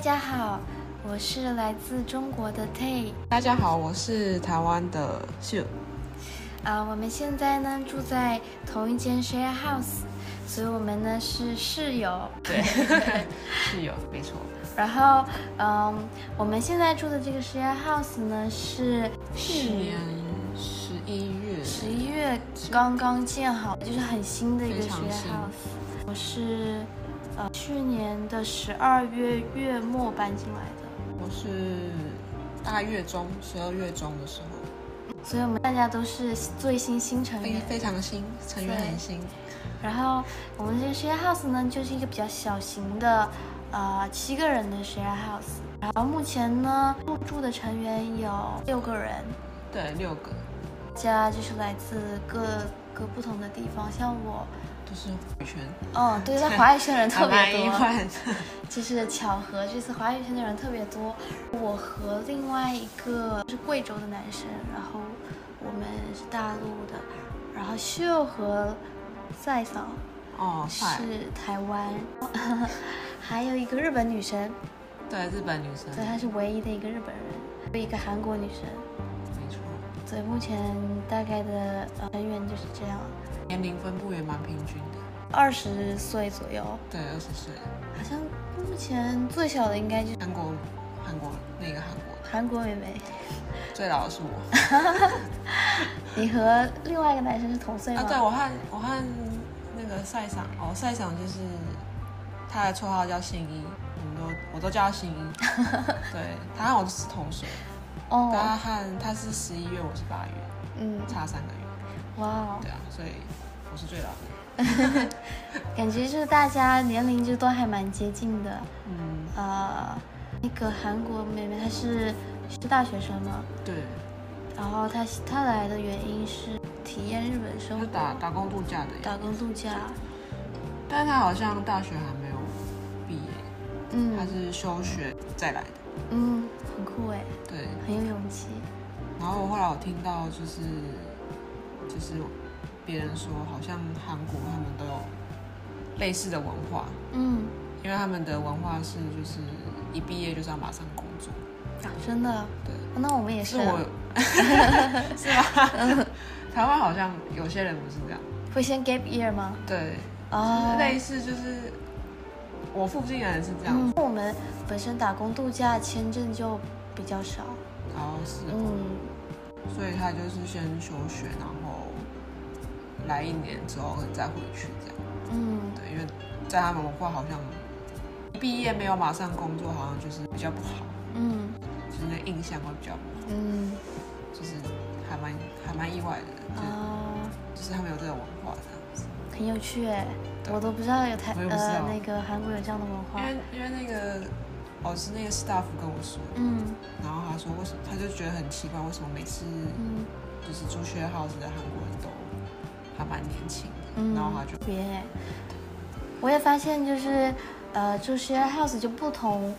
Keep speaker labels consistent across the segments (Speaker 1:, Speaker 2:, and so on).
Speaker 1: 家好，我是来自中国的 Tay。
Speaker 2: 大家好，我是台湾的秀。
Speaker 1: 啊，我们现在呢住在同一间 share house，所以我们呢是室友。
Speaker 2: 对，是有没错。
Speaker 1: 然后，嗯，我们现在住的这个 share house 呢是去年
Speaker 2: 十一月，
Speaker 1: 十一月刚刚建好，就是很新的一个
Speaker 2: 非
Speaker 1: share
Speaker 2: 常新
Speaker 1: house。我是呃去年的十二月月末搬进来的，
Speaker 2: 我是大月中，十二月中的时候，
Speaker 1: 所以我们大家都是最新新成
Speaker 2: 非
Speaker 1: 员。
Speaker 2: 非常新，成员很新，
Speaker 1: 然后我们这个 share house 呢，就是一个比较小型的，呃，七个人的 share house。然后目前呢，入住的成员有六个人，
Speaker 2: 对，六个，
Speaker 1: 大家就是来自各个不同的地方。像我，
Speaker 2: 都是回圈，
Speaker 1: 嗯，对，在华语圈人特
Speaker 2: 还
Speaker 1: 别
Speaker 2: 蛮意
Speaker 1: 多，
Speaker 2: 外的。
Speaker 1: 就是巧合，这次华语圈的人特别多。我和另外一个是贵州的男生，然后我们是大陆的，然后秀和赛嫂
Speaker 2: 哦，
Speaker 1: 是
Speaker 2: 帅，
Speaker 1: 台湾， 还有一个日本女生，
Speaker 2: 对，日本女生，
Speaker 1: 对，她是唯一的一个日本人，还有一个韩国女生，
Speaker 2: 没错，
Speaker 1: 对，目前大概的呃成员就是这样，
Speaker 2: 年龄分布也蛮平均的，
Speaker 1: 二十岁左右，
Speaker 2: 对，二十岁，
Speaker 1: 好像目前最小的应该就是
Speaker 2: 韩国，韩国那个韩国的，
Speaker 1: 韩国妹妹，
Speaker 2: 最老的是我。
Speaker 1: 你和另外一个男生是同岁吗？
Speaker 2: 啊，对，我和我和那个赛场，哦，赛场就是他的绰号叫信一，我们都我都叫他 信一。对，他和我是同岁，但
Speaker 1: 哦，
Speaker 2: 他和他是十一月，我是八月，
Speaker 1: 嗯，
Speaker 2: 差三个月。
Speaker 1: 哇哦，
Speaker 2: 对啊，所以我是最老的。
Speaker 1: 感觉就是大家年龄就都还蛮接近的，
Speaker 2: 嗯，
Speaker 1: 呃，那个韩国妹妹她是是大学生吗？
Speaker 2: 对，
Speaker 1: 然后他他来的原因是体验日本生
Speaker 2: 他
Speaker 1: 活
Speaker 2: 是，打打工度假的耶，
Speaker 1: 打工度假。
Speaker 2: 但是他好像大学还没有毕业，他
Speaker 1: 嗯
Speaker 2: 是休学再来的。
Speaker 1: 嗯，很酷哎，
Speaker 2: 对，
Speaker 1: 很有勇气。
Speaker 2: 然后我后来我听到就是就是别人说，好像韩国他们都有类似的文化，
Speaker 1: 嗯
Speaker 2: 因为他们的文化是就是一毕业就是要马上工作。
Speaker 1: 啊，真的，
Speaker 2: 对，
Speaker 1: 那我们也
Speaker 2: 是
Speaker 1: 是啊
Speaker 2: 我是吧？ 台湾好像有些人不是这样，
Speaker 1: 会先 gap year 吗？
Speaker 2: 对，就是
Speaker 1: 哦，
Speaker 2: 类似就是我附近的人是这样，
Speaker 1: 嗯，我们本身打工度假签证就比较少。
Speaker 2: 然后是哦、
Speaker 1: 嗯
Speaker 2: 所以他就是先休学，然后来一年之后再回去这样。
Speaker 1: 嗯，
Speaker 2: 对，因为在他们文化好像毕业没有马上工作，好像就是比较不好，
Speaker 1: 嗯
Speaker 2: 就是那印象会比较不好，
Speaker 1: 嗯
Speaker 2: 就是还蛮还蛮意外的，就
Speaker 1: 啊，
Speaker 2: 就是他们有这个文化这样子。
Speaker 1: 很有趣哎，
Speaker 2: 对
Speaker 1: 我都不知道有台
Speaker 2: 我也不知
Speaker 1: 呃
Speaker 2: 道
Speaker 1: 那个韩国有这样的文化
Speaker 2: 因。为因为那个哦是那个 staff 跟我说，
Speaker 1: 嗯
Speaker 2: 然后他说为什么他就觉得很奇怪，为什么每次
Speaker 1: 嗯
Speaker 2: 就是住 share house 的韩国人都还蛮年轻的，
Speaker 1: 嗯，
Speaker 2: 然后他就
Speaker 1: 特别欸。我也发现就是，呃，住 share house 就不同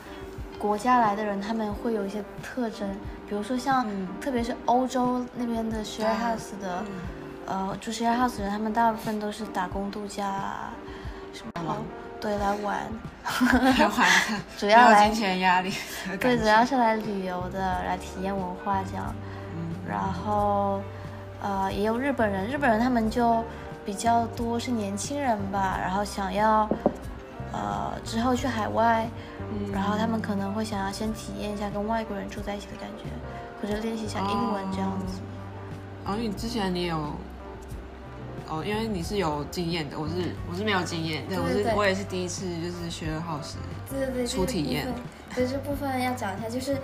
Speaker 1: 国家来的人，他们会有一些特征，比如说像，
Speaker 2: 嗯
Speaker 1: 特别是欧洲那边的 share
Speaker 2: 啊
Speaker 1: house 的，
Speaker 2: 嗯
Speaker 1: 呃，住 share house 的人，他们大部分都是打工度假啊，什么
Speaker 2: 来玩
Speaker 1: 对来玩，
Speaker 2: 还玩，
Speaker 1: 主要
Speaker 2: 没
Speaker 1: 来
Speaker 2: 有金钱压力
Speaker 1: 对，
Speaker 2: 的感
Speaker 1: 主
Speaker 2: 觉，
Speaker 1: 要是来旅游的，来体验文化这样。
Speaker 2: 嗯，
Speaker 1: 然后，呃，也有日本人，日本人他们就比较多是年轻人吧，然后想要，呃，之后去海外，
Speaker 2: 嗯
Speaker 1: 然后他们可能会想要先体验一下跟外国人住在一起的感觉，或者练习一下英文这样子。
Speaker 2: 然后你之前你有，哦，因为你是有经验的，我是我是没有经验，对
Speaker 1: 对对
Speaker 2: 我
Speaker 1: 对
Speaker 2: 是我也是第一次就是学好时，
Speaker 1: 对对对，
Speaker 2: 初体验
Speaker 1: 对这部分要讲一下，就是，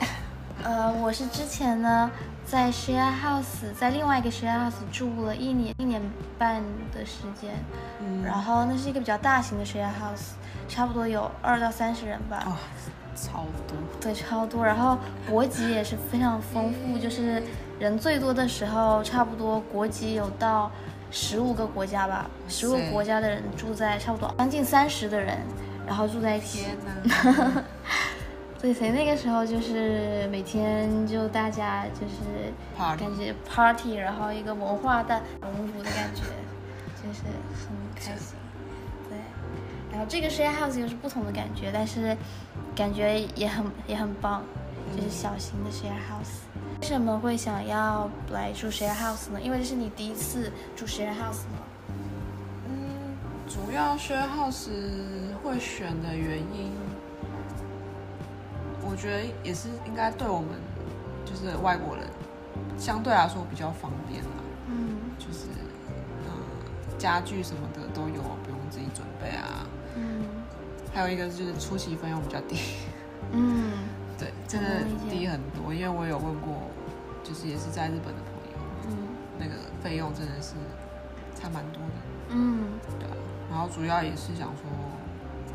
Speaker 1: 呃，我是之前呢在 share house，在另外一个 share house 住了一年一年半的时间，
Speaker 2: 嗯，
Speaker 1: 然后那是一个比较大型的 share house，差不多有二到三十人吧，
Speaker 2: 哦，超多，
Speaker 1: 对，超多。然后国籍也是非常丰富，就是人最多的时候，差不多国籍有到十五个国家吧，十五
Speaker 2: 塞
Speaker 1: 国家的人住在差不多将近三十的人，然后住在一起。
Speaker 2: 天 哪，
Speaker 1: 对， 所以那个时候就是每天就大家就是
Speaker 2: 怕
Speaker 1: 感觉 party，然后一个文化大熔炉的感觉，就是很开心。对，然后这个 share house 又是不同的感觉，但是感觉也很也很棒，就是小型的 share house。为什么会想要来住 share house 呢？因为这是你第一次住 share house 吗？
Speaker 2: 嗯，主要 share house 会选的原因，我觉得也是应该对我们就是外国人相对来说比较方便啦，
Speaker 1: 嗯
Speaker 2: 就是嗯家具什么的都有，不用自己准备啊。
Speaker 1: 嗯
Speaker 2: 还有一个就是出席费用比较低，
Speaker 1: 嗯
Speaker 2: 对，真的低很多。因为我有问过，就是也是在日本的朋友，
Speaker 1: 嗯
Speaker 2: 那个费用真的是差蛮多的，
Speaker 1: 嗯
Speaker 2: 对啊。然后主要也是想说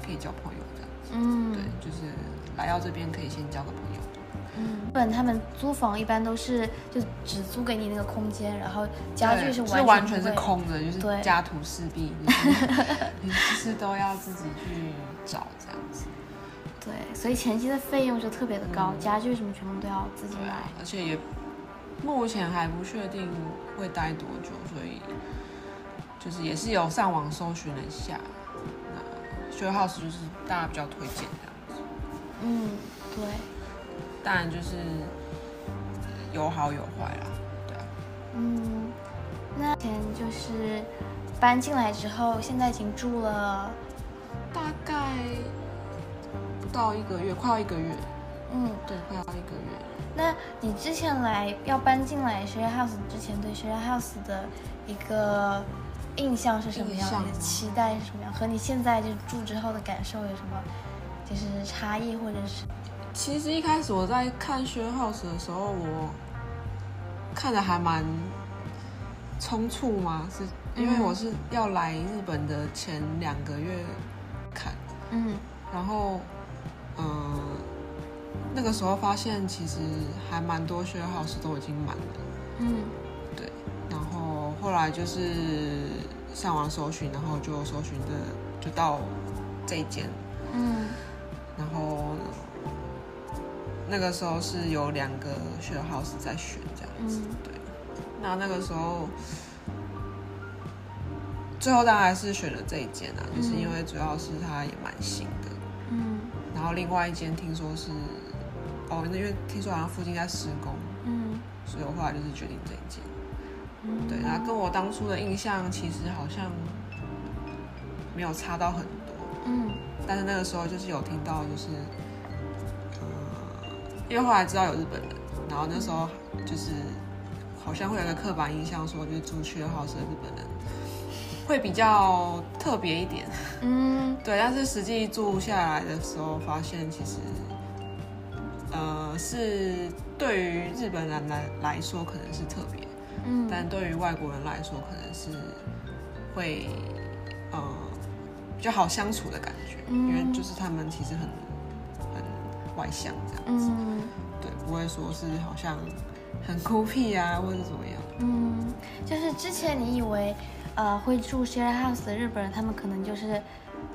Speaker 2: 可以交朋友这样。
Speaker 1: 嗯，
Speaker 2: 对，就是来到这边可以先交个朋友。
Speaker 1: 嗯，日本他们租房一般都是就只租给你那个空间，然后家具
Speaker 2: 对
Speaker 1: 是
Speaker 2: 就
Speaker 1: 完
Speaker 2: 是
Speaker 1: 全
Speaker 2: 完全
Speaker 1: 不
Speaker 2: 是
Speaker 1: 会，
Speaker 2: 空的，就是
Speaker 1: 对
Speaker 2: 家徒四 壁，就是你就是都要自己去找这样子。
Speaker 1: 对，所以前期的费用就特别的高，
Speaker 2: 嗯
Speaker 1: 家具什么全部都要自己
Speaker 2: 对啊
Speaker 1: 买。，
Speaker 2: 而且也目前还不确定会待多久，所以就是也是有上网搜寻了一下，那 share house 就是大家比较推荐这样子。
Speaker 1: 嗯，对，
Speaker 2: 当然就是有好有坏啦，对啊。
Speaker 1: 嗯，那前就是搬进来之后，现在已经住了，
Speaker 2: 大概不到一个月，快要一个月，
Speaker 1: 嗯，
Speaker 2: 对，快要一个月。
Speaker 1: 那你之前来要搬进来 share house 之前，对 share house 的一个印象是什么样
Speaker 2: 印象
Speaker 1: 的？
Speaker 2: 吗
Speaker 1: 期待是什么样？和你现在就住之后的感受有什么就是差异，或者是
Speaker 2: 其实一开始我在看 Share House 的时候，我看的还蛮冲促嘛，是因为
Speaker 1: 嗯
Speaker 2: 我是要来日本的前两个月看，
Speaker 1: 嗯
Speaker 2: 然后嗯、呃那个时候发现其实还蛮多 Share House 都已经满了，
Speaker 1: 嗯
Speaker 2: 然后后来就是上网搜寻，然后就搜寻的就到这一间，
Speaker 1: 嗯
Speaker 2: 然后那个时候是有两个 share house 在选这样子，
Speaker 1: 嗯
Speaker 2: 对。那那个时候最后当然还是选了这一间啊，就是因为主要是它也蛮新的，
Speaker 1: 嗯
Speaker 2: 然后另外一间听说是哦，那因为听说好像附近在施工，
Speaker 1: 嗯
Speaker 2: 所以我后来就是决定这一间。
Speaker 1: 嗯，
Speaker 2: 对，然后跟我当初的印象其实好像没有差到很多，
Speaker 1: 嗯
Speaker 2: 但是那个时候就是有听到，就是，呃，因为后来知道有日本人，然后那时候就是好像会有一个刻板印象，说就是住缺号是日本人会比较特别一点，
Speaker 1: 嗯
Speaker 2: 对。但是实际住下来的时候，发现其实，呃，是对于日本人来来说可能是特别，
Speaker 1: 嗯，
Speaker 2: 但对于外国人来说，可能是会呃比较好相处的感觉，
Speaker 1: 嗯
Speaker 2: 因为就是他们其实很很外向这样子，
Speaker 1: 嗯
Speaker 2: 对，不会说是好像很孤僻啊或者怎么样。
Speaker 1: 嗯，就是之前你以为呃会住 share house 的日本人，他们可能就是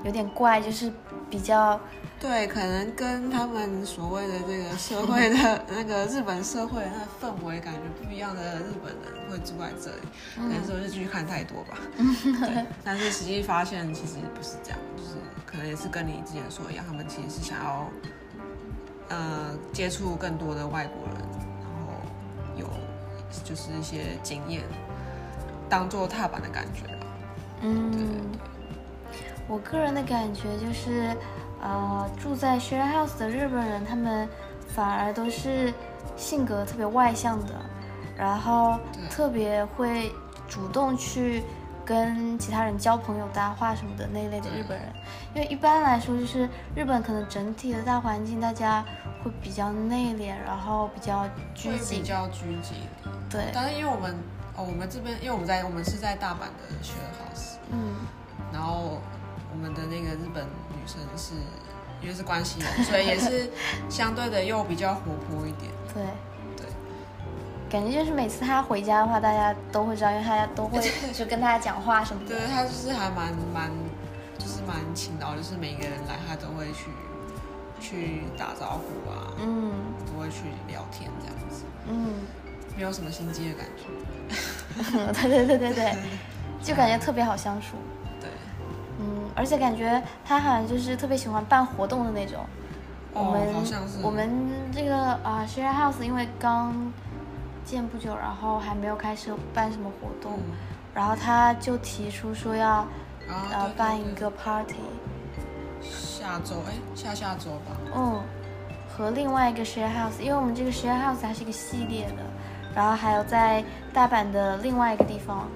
Speaker 1: 有点怪，就是比较
Speaker 2: 对，可能跟他们所谓的这个社会的 那个日本社会的那氛围感觉不一样的日本人会住在这里，可
Speaker 1: 嗯
Speaker 2: 能是日剧看太多 吧。对，但是实际发现其实不是这样，就是可能也是跟你之前说的一样，他们其实是想要呃接触更多的外国人，然后有就是一些经验，当做踏板的感觉啦。
Speaker 1: 嗯。
Speaker 2: 对对对，
Speaker 1: 我个人的感觉就是，呃，住在 share house 的日本人，他们反而都是性格特别外向的，然后
Speaker 2: 对
Speaker 1: 特别会主动去跟其他人交朋友、搭话什么的那一类的日本人。因为一般来说，就是日本可能整体的大环境大家会比较内敛，然后比较拘
Speaker 2: 会比
Speaker 1: 谨，
Speaker 2: 较拘谨一点。
Speaker 1: 对，
Speaker 2: 但是因为我们哦，我们这边因为我们在我们是在大阪的 share house，
Speaker 1: 嗯
Speaker 2: 然后我们的那个日本女生是因为是关系人，所以也是相对的又比较活泼一点，
Speaker 1: 对。
Speaker 2: 对
Speaker 1: 感觉就是每次他回家的话，大家都会知道，因为大家都 会就跟大家讲话什么的。
Speaker 2: 对，她就是还蛮蛮就是蛮勤劳，就是每个人来她都会去去打招呼啊，
Speaker 1: 嗯
Speaker 2: 都会去聊天这样子，
Speaker 1: 嗯，
Speaker 2: 没有什么心机的感觉，
Speaker 1: 对对对对对，就感觉特别好相处。
Speaker 2: 对。
Speaker 1: 嗯，而且感觉他好像就是特别喜欢办活动的那种，我们、
Speaker 2: 哦好像是
Speaker 1: 我们这个啊、呃、share house 因为刚建不久，然后还没有开始办什么活动，
Speaker 2: 嗯
Speaker 1: 然后他就提出说要
Speaker 2: 啊，
Speaker 1: 呃
Speaker 2: 对对
Speaker 1: 办
Speaker 2: 对
Speaker 1: 一个 party，
Speaker 2: 下周哎下下周吧，
Speaker 1: 嗯，和另外一个 share house，因为我们这个 share house 它是一个系列的，然后还有在大阪的另外一个地方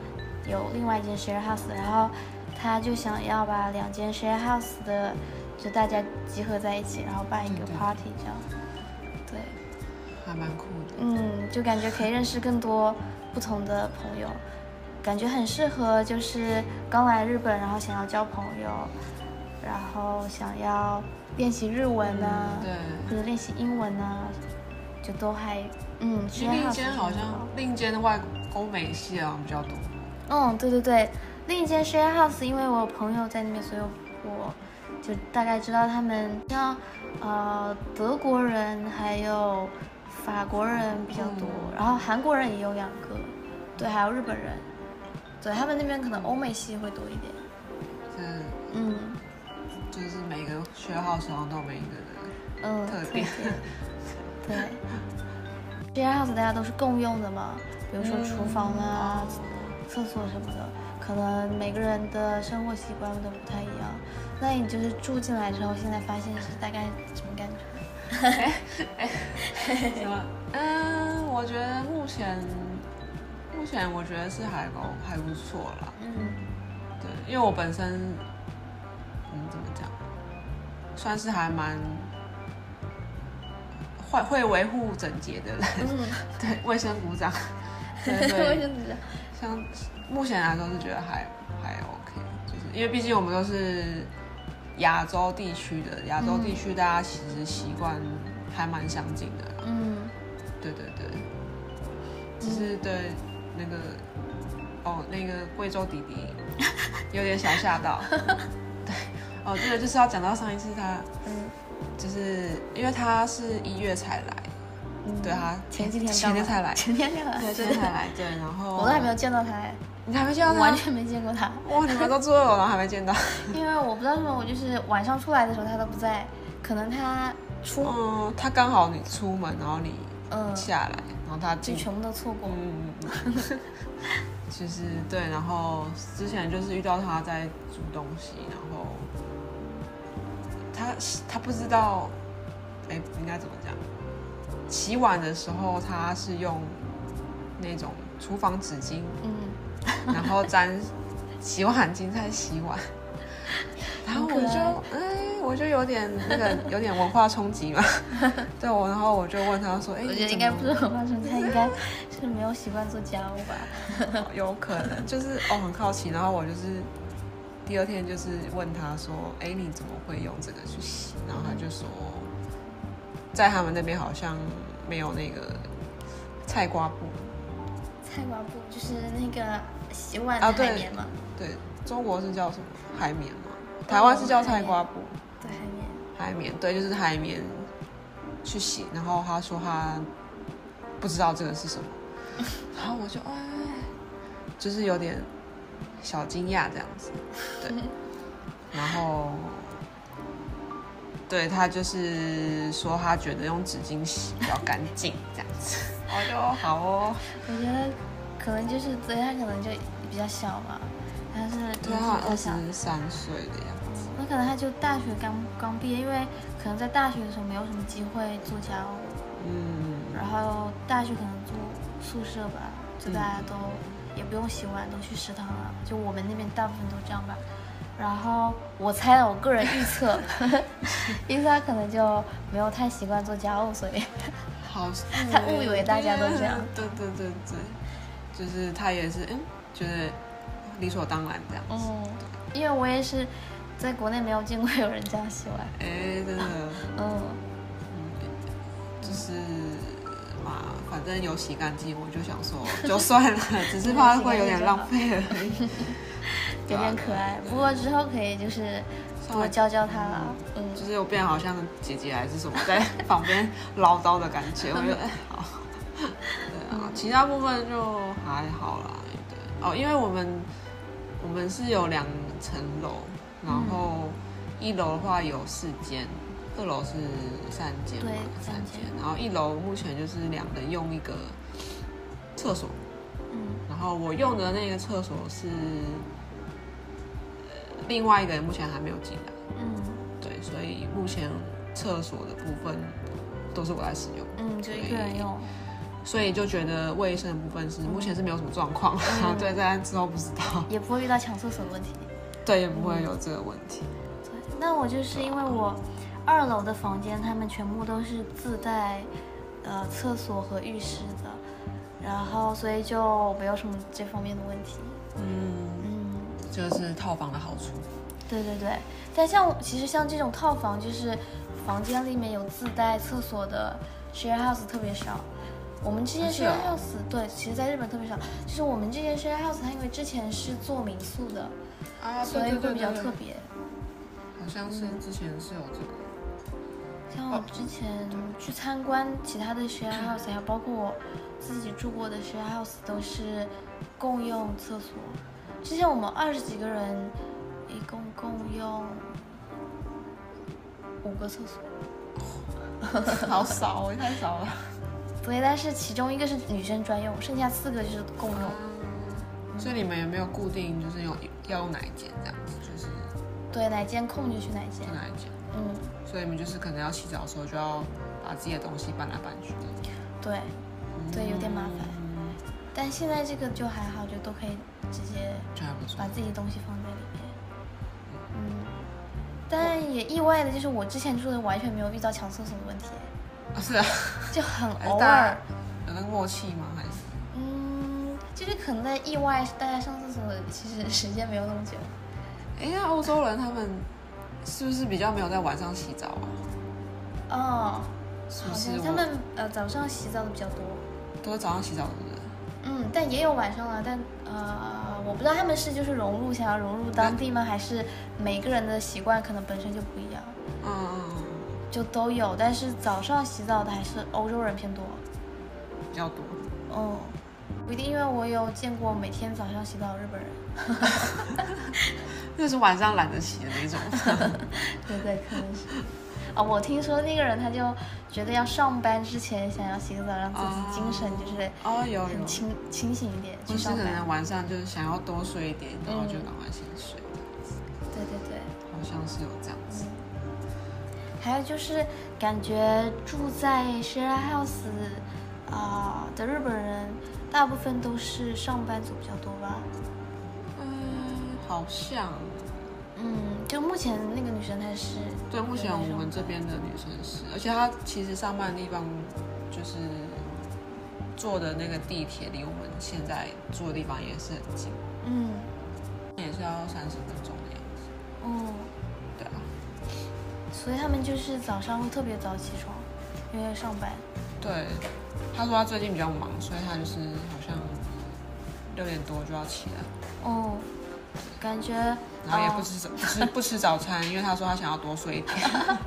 Speaker 1: 有另外一间 share house，然后他就想要把两间 share house 的就大家集合在一起，然后办一个
Speaker 2: 嗯对对
Speaker 1: party 这样，对，
Speaker 2: 还蛮酷的。
Speaker 1: 嗯，就感觉可以认识更多不同的朋友，感觉很适合就是刚来日本，然后想要交朋友，然后想要练习日文啊呢、
Speaker 2: 嗯对，
Speaker 1: 或者练习英文啊，就都还嗯，学
Speaker 2: 另一
Speaker 1: 是
Speaker 2: 间
Speaker 1: 很
Speaker 2: 好像另一间的外国欧美系好像比较多。
Speaker 1: 嗯，对对对，另一间 share house，因为我有朋友在那边，所以我就大概知道他们像呃德国人还有法国人比较多，
Speaker 2: 嗯
Speaker 1: 然后韩国人也有两个，对，还有日本人，对他们那边可能欧美系会多一点，
Speaker 2: 嗯，
Speaker 1: 嗯
Speaker 2: 就是每个学号手上都有每一个的
Speaker 1: 嗯，
Speaker 2: 特
Speaker 1: 特
Speaker 2: 点
Speaker 1: 点，对。share house 大家都是共用的嘛，比
Speaker 2: 嗯
Speaker 1: 如说厨房
Speaker 2: 哦
Speaker 1: 啊、厕所什么的，可能每个人的生活习惯都不太一样。那你就是住进来之后，现在发现是大概什么感觉？
Speaker 2: 什么？嗯，我觉得目前目前我觉得是还够还不错啦。
Speaker 1: 嗯
Speaker 2: 对，因为我本身嗯怎么讲，算是还蛮会会维护整洁的人，
Speaker 1: 嗯，
Speaker 2: 对，卫生鼓掌。对对，
Speaker 1: 生纸。
Speaker 2: 像目前来说是觉得还还 OK，就是因为毕竟我们都是亚洲地区的，亚洲
Speaker 1: 嗯
Speaker 2: 地区大家其实习惯还蛮相近的啦。
Speaker 1: 嗯
Speaker 2: 对对对，只是对那个哦，那个贵州 弟弟有点小吓到。对，哦，这个就是要讲到上一次他，
Speaker 1: 嗯
Speaker 2: 就是因为他是一月才来，
Speaker 1: 嗯
Speaker 2: 对他
Speaker 1: 前几天
Speaker 2: 前天才来，
Speaker 1: 前天刚来，
Speaker 2: 对，前天才来，对，然后
Speaker 1: 啊我都还没有，见到他哎，
Speaker 2: 你还没见
Speaker 1: 我
Speaker 2: 到
Speaker 1: 完
Speaker 2: 他。
Speaker 1: 全没见过他，
Speaker 2: 哇，你们都住二楼，然后还没见到。
Speaker 1: 因为我不知道为什么，我就是晚上出来的时候他都不在，可能他出
Speaker 2: 嗯，他刚好你出门，然后你
Speaker 1: 嗯，
Speaker 2: 下来，然后他
Speaker 1: 就
Speaker 2: 进
Speaker 1: 全部都错过。
Speaker 2: 嗯，就是对，然后之前就是遇到他在煮东西，然后他他不知道，哎、应该怎么讲？洗碗的时候他是用那种厨房纸巾，
Speaker 1: 嗯，
Speaker 2: 然后沾洗碗巾在洗碗，然后我
Speaker 1: 很可爱
Speaker 2: 就哎、我就有点那个有点文化冲击嘛， 对我，然后我就问他说，哎、
Speaker 1: 我
Speaker 2: 你
Speaker 1: 觉得
Speaker 2: 怎
Speaker 1: 应该
Speaker 2: 么
Speaker 1: 不是文化冲击，他应该是没有习惯做家务吧。
Speaker 2: 有可能就是哦，很好奇。然后我就是第二天就是问他说：“哎、你怎么会用这个去洗？”然后他就说，在他们那边好像没有那个菜瓜布，
Speaker 1: 菜瓜布就是那个洗碗
Speaker 2: 啊
Speaker 1: 的
Speaker 2: 对
Speaker 1: 海绵嘛，
Speaker 2: 对，中国是叫什么海绵吗？台湾是叫菜瓜布，
Speaker 1: 对海绵。
Speaker 2: 海绵对，就是海绵去洗。然后他说他不知道这个是 什么，然后我就哎，就是有点小惊讶这样子。 然后，对他就是说他觉得用纸巾洗比较干净，这样子。 我就好哦，
Speaker 1: 我觉得可能就是，所以他可能就比较小嘛，他是年纪
Speaker 2: 对他
Speaker 1: 比较
Speaker 2: 二
Speaker 1: 小，
Speaker 2: 十三岁的样子，
Speaker 1: 那可能他就大学刚刚毕业，因为可能在大学的时候没有什么机会做家务，
Speaker 2: 嗯，
Speaker 1: 然后大学可能住宿舍吧，就大家都也不用洗碗，都去食堂了，就我们那边大部分都这样吧。然后我猜了，我个人预 测，预测他可能就没有太习惯做家务，所以
Speaker 2: 好，
Speaker 1: 他误以为大家都这样
Speaker 2: 对对对对，就是他也是嗯，觉得理所当然这样。
Speaker 1: 嗯，因为我也是在国内没有见过有人这样洗碗。
Speaker 2: 哎，真的，
Speaker 1: 嗯，
Speaker 2: 就是嘛，反正有洗干净，我就想说就算了，只是怕会有点浪 费而已。
Speaker 1: 有点可爱。不过之后可以就是
Speaker 2: 稍
Speaker 1: 多
Speaker 2: 微
Speaker 1: 教教他啦。嗯，
Speaker 2: 就是有变好像姐姐还是什么在旁边唠叨的感觉，我 觉得哎好。对啊，其他部分就还好啦。对哦，因为我们我们是有两层楼，然后一楼的话有四间，二楼是三间嘛
Speaker 1: 对，
Speaker 2: 三
Speaker 1: 三
Speaker 2: 间
Speaker 1: 间，
Speaker 2: 然后一楼目前就是两人用一个厕所，
Speaker 1: 嗯
Speaker 2: 然后我用的那个厕所是，呃，另外一个人目前还没有进来，
Speaker 1: 嗯
Speaker 2: 对，所以目前厕所的部分都是我来使用，
Speaker 1: 嗯，就一个人用，
Speaker 2: 所以就觉得卫生的部分是目前是没有什么状况，
Speaker 1: 嗯
Speaker 2: 对，但之后不知道，
Speaker 1: 也不会遇到抢厕所的问题。
Speaker 2: 对，也不会有这个问题，
Speaker 1: 对，那我就是因为我二楼的房间，他们全部都是自带呃厕所和浴室的，然后所以就没有什么这方面的问题。
Speaker 2: 嗯，
Speaker 1: 嗯，
Speaker 2: 这是套房的好处，
Speaker 1: 对对对，但像其实像这种套房，就是房间里面有自带厕所的 share house 特别少。我们之前
Speaker 2: 啊是
Speaker 1: share
Speaker 2: 哦
Speaker 1: house、对，其实在日本特别少。就是我们之前 share house，它因为之前是做民宿的，
Speaker 2: 啊
Speaker 1: 所以会比较特，别。
Speaker 2: 好像是之前是有这个。
Speaker 1: 像我
Speaker 2: 哦
Speaker 1: 之前去参观其他的 share house，还有包括我自己住过的 share house，都是共用厕所。之前我们二十几个人，一共共用五个厕所。
Speaker 2: 好少哦，太少了。
Speaker 1: 对，但是其中一个是女生专用，剩下四个就是共用。
Speaker 2: 所以你们有没有固定就是用要用哪一间这样子，就是
Speaker 1: 对，哪间空就去哪间
Speaker 2: 用。哪一间？
Speaker 1: 嗯，
Speaker 2: 所以你们就是可能要洗澡的时候就要把自己的东西搬来搬去的。
Speaker 1: 对，对，有点麻烦。
Speaker 2: 嗯，
Speaker 1: 但现在这个就还好，就都可以直接
Speaker 2: 这还不错
Speaker 1: 把。自己东西放在里面。嗯，但也意外的就是我之前住的完全没有遇到抢厕所的问题，
Speaker 2: 啊是啊，
Speaker 1: 就很
Speaker 2: 还
Speaker 1: 偶
Speaker 2: 是大
Speaker 1: 尔
Speaker 2: 家。有那个默契吗？还是
Speaker 1: 嗯，就是可能在意外，大家上厕所其实时间没有那么久。
Speaker 2: 哎，那欧洲人他们是不是比较没有在晚上洗澡啊？
Speaker 1: 哦，
Speaker 2: 是
Speaker 1: 好
Speaker 2: 不是
Speaker 1: 像
Speaker 2: 我？
Speaker 1: 他们呃早上洗澡的比较多。
Speaker 2: 都是早上洗澡，对不对？
Speaker 1: 嗯，但也有晚上了，但呃，我不知道他们是就是融入，想要融入当地吗？还是每个人的习惯可能本身就不一样，
Speaker 2: 嗯嗯嗯，
Speaker 1: 就都有。但是早上洗澡的还是欧洲人偏多，
Speaker 2: 嗯比较多。
Speaker 1: 嗯，不一定，因为我有见过每天早上洗澡的日本人，
Speaker 2: 那是晚上懒得洗的那种。
Speaker 1: 对对，可能是。啊、我听说那个人他就觉得要上班之前想要洗个澡，让自己精神就是
Speaker 2: 哦，有
Speaker 1: 很
Speaker 2: 有。
Speaker 1: 清、清醒一点
Speaker 2: 就
Speaker 1: 去
Speaker 2: 是
Speaker 1: 上
Speaker 2: 可
Speaker 1: 班
Speaker 2: 能。晚上就是想要多睡一点，然后就
Speaker 1: 嗯
Speaker 2: 赶快先睡，
Speaker 1: 对对对。
Speaker 2: 好像是有这样子。
Speaker 1: 还有就是感觉住在 share house 啊、的日本人，大部分都是上班族比较多吧。
Speaker 2: 嗯，好像
Speaker 1: 嗯，就目前那个女生她是
Speaker 2: 对，目前
Speaker 1: 有那
Speaker 2: 我
Speaker 1: 种
Speaker 2: 们这边的女生是，而且她其实上班的地方就是坐的那个地铁离我们现在住的地方也是很近，
Speaker 1: 嗯
Speaker 2: 也是要三十分钟的样子。
Speaker 1: 哦，
Speaker 2: 对啊，
Speaker 1: 所以他们就是早上会特别早起床，因为上班。
Speaker 2: 对，她说她最近比较忙，所以她就是好像六点多就要起来。
Speaker 1: 哦，感觉
Speaker 2: 然后也不
Speaker 1: 哦
Speaker 2: 吃早，不吃不吃早餐，因为她说她想要多睡一点。
Speaker 1: 哦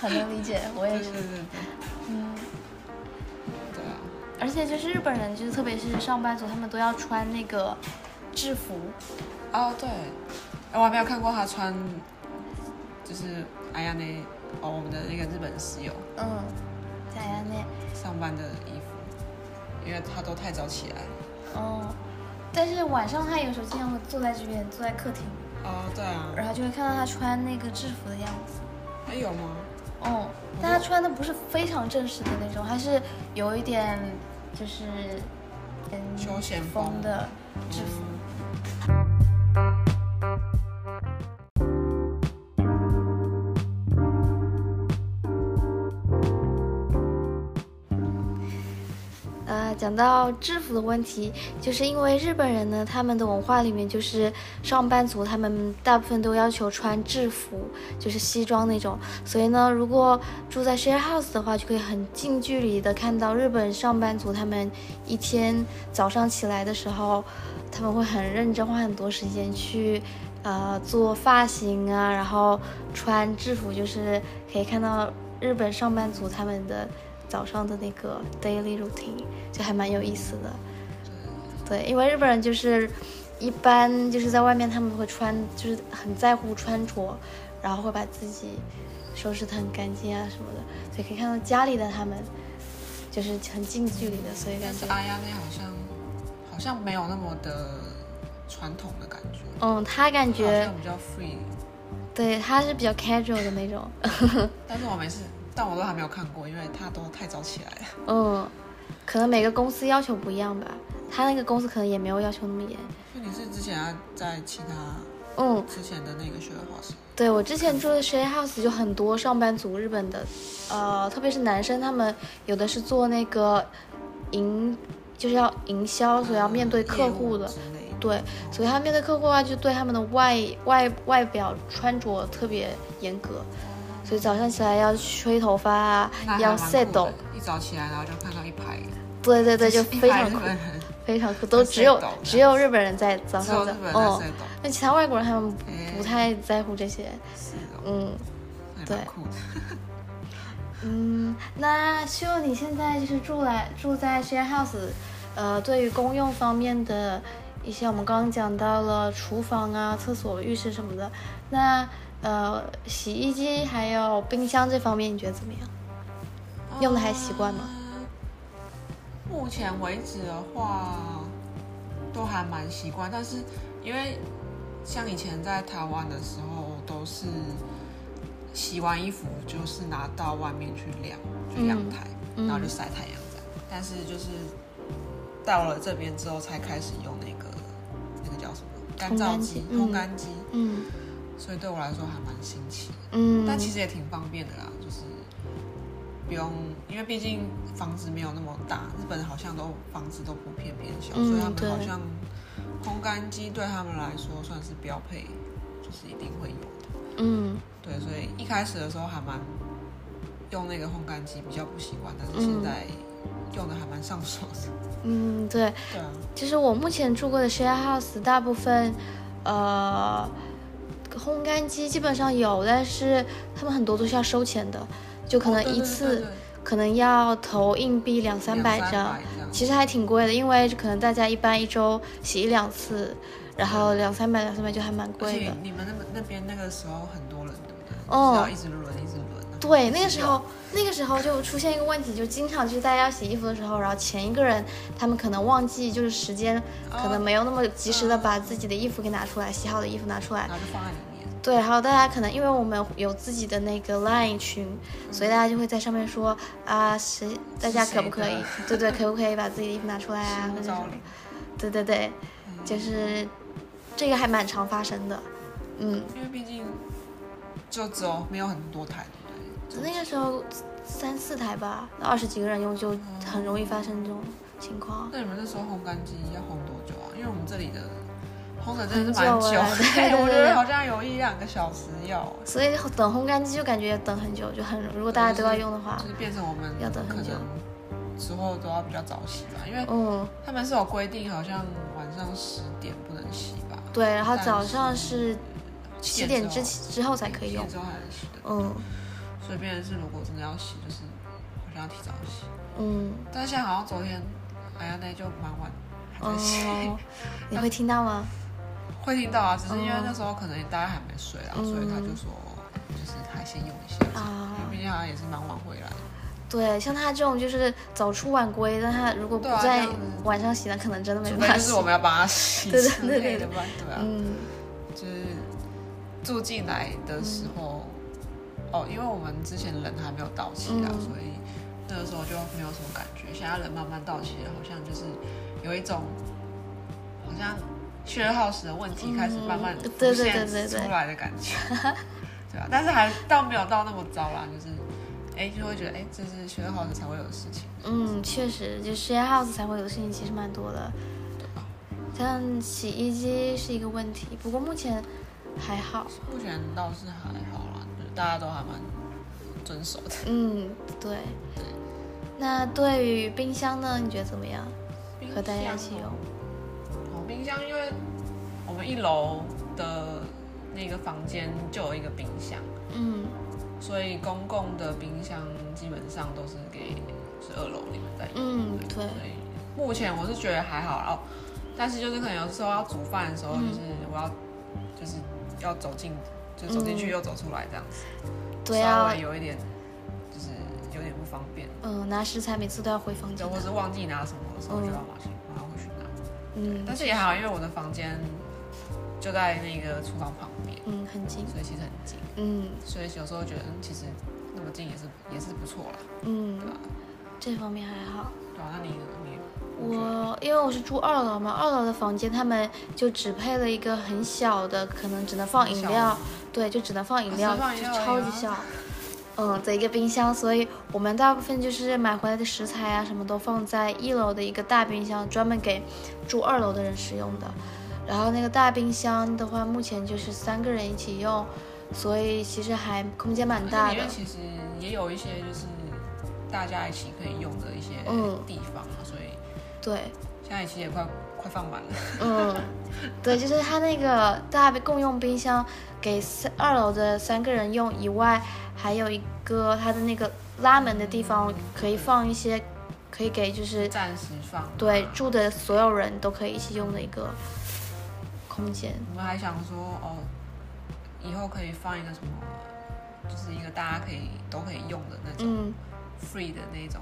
Speaker 1: 很能理 解，我
Speaker 2: 对
Speaker 1: 也
Speaker 2: 对
Speaker 1: 是。
Speaker 2: 对对，
Speaker 1: 嗯，
Speaker 2: 对啊。
Speaker 1: 而且就是日本人，就是特别是上班族，他们都要穿那个制服。
Speaker 2: 哦，对，哎我还没有看过他穿，就是哎呀那哦，我们的那个日本室友
Speaker 1: 嗯，在那。
Speaker 2: 上班的衣服，因为他都太早起来了。
Speaker 1: 哦，但是晚上他有时候经常会坐在这边，坐在客厅，
Speaker 2: 哦，对啊，
Speaker 1: 然后就会看到他穿那个制服的样子。
Speaker 2: 还有吗？
Speaker 1: 哦，但他穿的不是非常正式的那种，还是有一点就是嗯
Speaker 2: 休闲
Speaker 1: 风
Speaker 2: 风
Speaker 1: 的制服。
Speaker 2: 嗯
Speaker 1: 呃，讲到制服的问题，就是因为日本人呢，他们的文化里面就是上班族，他们大部分都要求穿制服，就是西装那种。所以呢，如果住在 share house 的话，就可以很近距离的看到日本上班族他们一天早上起来的时候，他们会很认真，花很多时间去。呃，做发型啊，然后穿制服，就是可以看到日本上班族他们的早上的那个 daily routine，就还蛮有意思的。对，因为日本人就是一般就是在外面他们会穿，就是很在乎穿着，然后会把自己收拾得很干净啊什么的，所以可以看到家里的他们就是很近距离的，所以感
Speaker 2: 但
Speaker 1: 觉
Speaker 2: 是阿亚那好像好像没有那么的传统的感觉，
Speaker 1: 嗯，他感
Speaker 2: 好
Speaker 1: 觉
Speaker 2: 像比较 free。
Speaker 1: 对他是比较 casual 的那种，
Speaker 2: 但是我每次，但我都还没有看过，因为他都太早起来了。
Speaker 1: 嗯，可能每个公司要求不一样吧，他那个公司可能也没有要求那么严。
Speaker 2: 所以你是之前啊在其他
Speaker 1: 嗯，
Speaker 2: 之前的那个学校是？
Speaker 1: 对我之前住的 share house 就很多上班族，日本的，呃，特别是男生，他们有的是做那个营，就是要营销，所以要面对客户的
Speaker 2: 业务，之类的
Speaker 1: 对，所以他面对客户的话，就对他们的外外外表穿着特别严格，所以早上起来要吹头发啊
Speaker 2: 那，还
Speaker 1: 要
Speaker 2: 蛮酷的
Speaker 1: set 斗，
Speaker 2: 一早起来然后就看到一排，
Speaker 1: 对对对，就
Speaker 2: 一
Speaker 1: 非
Speaker 2: 排
Speaker 1: 常
Speaker 2: 日
Speaker 1: 酷，
Speaker 2: 本人，
Speaker 1: 非常酷，都只有
Speaker 2: set 斗
Speaker 1: 只有日本人在早
Speaker 2: 只有
Speaker 1: 上在
Speaker 2: 日本人在
Speaker 1: 哦
Speaker 2: set，斗，
Speaker 1: 那其他外国人他们
Speaker 2: 哎
Speaker 1: 不太在乎这些，
Speaker 2: 是哦，
Speaker 1: 嗯。
Speaker 2: 那也
Speaker 1: 对
Speaker 2: 蛮酷的。
Speaker 1: 嗯，那秀，你现在就是住来住在 share house，呃，对于公用方面的一些，我们刚刚讲到了厨房啊、厕所、浴室什么的，那呃，洗衣机还有冰箱这方面，你觉得怎么样？用的还习惯吗
Speaker 2: 嗯？目前为止的话，都还蛮习惯，但是因为像以前在台湾的时候，都是洗完衣服就是拿到外面去晾，就阳台，
Speaker 1: 嗯嗯
Speaker 2: 然后就晒太阳这样。但是就是到了这边之后，才开始用那个那个叫什么干燥机、
Speaker 1: 烘干机嗯
Speaker 2: 烘干机，
Speaker 1: 嗯
Speaker 2: 所以对我来说还蛮新奇的。
Speaker 1: 嗯，
Speaker 2: 但其实也挺方便的啦，就是不用，因为毕竟房子没有那么大，日本好像都房子都普遍偏小，
Speaker 1: 嗯
Speaker 2: 所以他们好
Speaker 1: 对
Speaker 2: 像烘干机对他们来说算是标配，就是一定会有的。
Speaker 1: 嗯
Speaker 2: 对，所以一开始的时候还蛮用那个烘干机比较不习惯，但是
Speaker 1: 嗯
Speaker 2: 现在用的还蛮上手的。
Speaker 1: 嗯，对，
Speaker 2: 对啊，
Speaker 1: 就是我目前住过的 share house，大部分，呃，烘干机基本上有，但是他们很多都是要收钱的， 就可能
Speaker 2: 哦对
Speaker 1: 一
Speaker 2: 对
Speaker 1: 次、
Speaker 2: 对对对
Speaker 1: 可能要投硬币两三百
Speaker 2: 两
Speaker 1: 张
Speaker 2: 三，百这样
Speaker 1: 其实还挺贵的，因为可能大家一般一周洗一两次，然后两三百两三百就还蛮
Speaker 2: 而
Speaker 1: 贵
Speaker 2: 且
Speaker 1: 的。
Speaker 2: 你们那么那边那个时候很多人，对不对？
Speaker 1: 哦
Speaker 2: 就是要一直轮，一直轮。啊然后
Speaker 1: 对，
Speaker 2: 一直
Speaker 1: 那个时
Speaker 2: 用
Speaker 1: 候，那个时候就出现一个问题，就经常就是大家要洗衣服的时候，然后前一个人他们可能忘记，就是时间可
Speaker 2: 哦
Speaker 1: 能没有那么及时的
Speaker 2: 嗯
Speaker 1: 把自己的衣服给拿出来，洗好的衣服拿出来
Speaker 2: 然，后就放在里面。
Speaker 1: 对，还有大家可能因为我们有自己的那个 Line 群，所以大家就会在上面说啊，谁大家可不可以
Speaker 2: 谁的，
Speaker 1: 对对，可不可以把自己的衣服拿出来啊，或者什么，对对对，
Speaker 2: 嗯
Speaker 1: 就是这个还蛮常发生的，嗯，
Speaker 2: 因为毕竟就只有没有很多台，对不对？
Speaker 1: 那个时候三四台吧，二十几个人用就很容易发生这种情况。
Speaker 2: 那你们那时候烘干机要烘多久啊？因为我们这里的烘的真的
Speaker 1: 很久
Speaker 2: 是蛮久
Speaker 1: 啊
Speaker 2: 的，
Speaker 1: 对对对
Speaker 2: 我觉得好像有一两个小时要，
Speaker 1: 所以等烘干机就感觉等很久，就很如果大家都要用的话
Speaker 2: 就，是变成我们
Speaker 1: 要等很
Speaker 2: 可
Speaker 1: 久
Speaker 2: 能之后都要比较早洗吧，因为
Speaker 1: 嗯，
Speaker 2: 他们是有规定，好像晚上十点不能洗吧，
Speaker 1: 对，然后
Speaker 2: 但
Speaker 1: 早
Speaker 2: 是
Speaker 1: 上是七点之
Speaker 2: 后
Speaker 1: 之后才可以
Speaker 2: 七
Speaker 1: 用
Speaker 2: 点，之后还能洗的，
Speaker 1: 嗯
Speaker 2: 所以变成是如果真的要洗，就是好像要提早洗。
Speaker 1: 嗯。
Speaker 2: 但是现在好像昨天哎呀，那就蛮晚，还在洗。
Speaker 1: 哦，你会听到吗？
Speaker 2: 会听到啊，只是因为
Speaker 1: 哦
Speaker 2: 那时候可能大家还没睡啊，
Speaker 1: 嗯
Speaker 2: 所以他就说就是还先用一下，
Speaker 1: 啊
Speaker 2: 因为毕竟好像也是蛮晚回来的。
Speaker 1: 对，像他这种就是早出晚归，但他如果不
Speaker 2: 对啊这
Speaker 1: 在
Speaker 2: 样子
Speaker 1: 晚上洗，那可能真的没
Speaker 2: 除
Speaker 1: 办法
Speaker 2: 非就
Speaker 1: 洗
Speaker 2: 是我。们要帮他洗
Speaker 1: 对对
Speaker 2: 之类的吧，对啊，
Speaker 1: 嗯
Speaker 2: 就是住进来的时候，哦，因为我们之前人还没有到齐啊，
Speaker 1: 嗯
Speaker 2: 所以那个时候就没有什么感觉。现在人慢慢到齐了，好像就是有一种好像血耗时的问题开始慢慢
Speaker 1: 嗯对
Speaker 2: 浮
Speaker 1: 对
Speaker 2: 现
Speaker 1: 对对对
Speaker 2: 出来的感 觉，对啊，但是还倒没有到那么糟啦，就是哎、就会觉得哎、这是血耗时才会有的事情。
Speaker 1: 嗯，确实，就 share house 才会有的事情其实蛮多的。像洗衣机是一个问题，不过目前还好。
Speaker 2: 目前倒是还好啦，就是大家都还蛮遵守的。
Speaker 1: 嗯，对。那对于冰箱呢，你觉得怎么样？和大家一起
Speaker 2: 冰箱哦
Speaker 1: 用？
Speaker 2: 哦，冰箱，因为我们一楼的那个房间就有一个冰箱，
Speaker 1: 嗯
Speaker 2: 所以公共的冰箱基本上都是给是二楼你们在用。
Speaker 1: 嗯，对，
Speaker 2: 所以目前我是觉得还好啦哦，但是就是可能有时候要煮饭的时候，
Speaker 1: 嗯
Speaker 2: 就是我要就是要走进，就走进去又走出来这样子。
Speaker 1: 对
Speaker 2: 稍
Speaker 1: 啊
Speaker 2: 微，有一点就是有点不方便，
Speaker 1: 嗯、拿食材每次都要回房
Speaker 2: 对，
Speaker 1: 间
Speaker 2: 或
Speaker 1: 拿，
Speaker 2: 是忘记拿什么的时候
Speaker 1: 嗯
Speaker 2: 就要马上马上回去拿。
Speaker 1: 嗯
Speaker 2: 但是也还好，因为我的房间就在那个厨房旁边，
Speaker 1: 嗯，很近，
Speaker 2: 所以其实很近，
Speaker 1: 嗯
Speaker 2: 所以有时候觉得嗯其实那么近也是也是不错啦，对啊
Speaker 1: 嗯
Speaker 2: 吧，？
Speaker 1: 这方面还好。
Speaker 2: 对啊，那你呢？你你觉得
Speaker 1: 我因为我是住二楼嘛，二楼的房间他们就只配了一个很小的，可能只能放饮
Speaker 2: 很小
Speaker 1: 料
Speaker 2: 吗，
Speaker 1: 对，就只能放饮
Speaker 2: 啊
Speaker 1: 料，
Speaker 2: 只能放饮料
Speaker 1: 就超
Speaker 2: 而已
Speaker 1: 级
Speaker 2: 吗
Speaker 1: 小，嗯，的一个冰箱，所以我们大部分就是买回来的食材啊，什么都放在一楼的一个大冰箱，专门给住二楼的人使用的。然后那个大冰箱的话，目前就是三个人一起用，所以其实还空间蛮
Speaker 2: 那
Speaker 1: 大
Speaker 2: 里
Speaker 1: 的
Speaker 2: 面。其实也有一些就是大家一起可以用的一些
Speaker 1: 嗯
Speaker 2: 地方啊，所以
Speaker 1: 对，
Speaker 2: 现在其实也快快放满了。
Speaker 1: 嗯，对，就是它那个大共用冰箱给三二楼的三个人用以外，还有一个它的那个拉门的地方可以放一些，可以给就是
Speaker 2: 暂时放。啊
Speaker 1: 对住的所有人都可以一起用的一个空间。
Speaker 2: 我们还想说哦，以后可以放一个什么，就是一个大家可以都可以用的那种
Speaker 1: 嗯
Speaker 2: free 的那种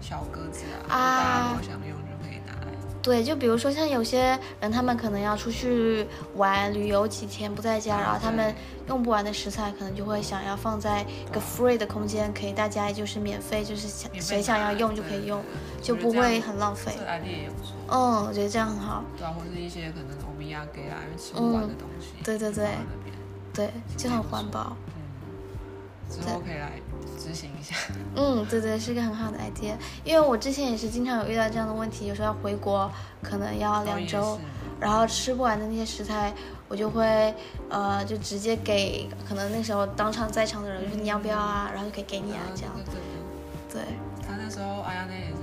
Speaker 2: 小鸽子啊，就
Speaker 1: 啊
Speaker 2: 大家如果想用就可以拿来。
Speaker 1: 对，就比如说像有些人，他们可能要出去玩、旅游几天不在家，然后他们用不完的食材，可能就会想要放在一个 free 的空间，可以大家就是免费，就是想
Speaker 2: 嗯免费
Speaker 1: 谁想
Speaker 2: 拿
Speaker 1: 要用就
Speaker 2: 对
Speaker 1: 可以
Speaker 2: 对
Speaker 1: 用，
Speaker 2: 对
Speaker 1: 就
Speaker 2: 我觉
Speaker 1: 不
Speaker 2: 得这
Speaker 1: 会
Speaker 2: 样
Speaker 1: 很浪费
Speaker 2: 这。idea 也不错，
Speaker 1: 嗯，我觉得这样很好。
Speaker 2: 对啊，或是一些可能欧米亚给啊，因为吃不完的东西，
Speaker 1: 嗯对对对
Speaker 2: 放在那边
Speaker 1: 对，就很环保。
Speaker 2: 嗯，之后可以来执行一下。
Speaker 1: 嗯，对对，是个很好的 idea。因为我之前也是经常有遇到这样的问题，有时候要回国，可能要两
Speaker 2: 然
Speaker 1: 周
Speaker 2: 后，
Speaker 1: 然后吃不完的那些食材，我就会呃就直接给可能那时候当场在场的人，就说你要不要啊，然后就可以给
Speaker 2: 也
Speaker 1: 你
Speaker 2: 是
Speaker 1: 啊这样。
Speaker 2: 对对对，
Speaker 1: 对，
Speaker 2: 他那时候阿亚内也是，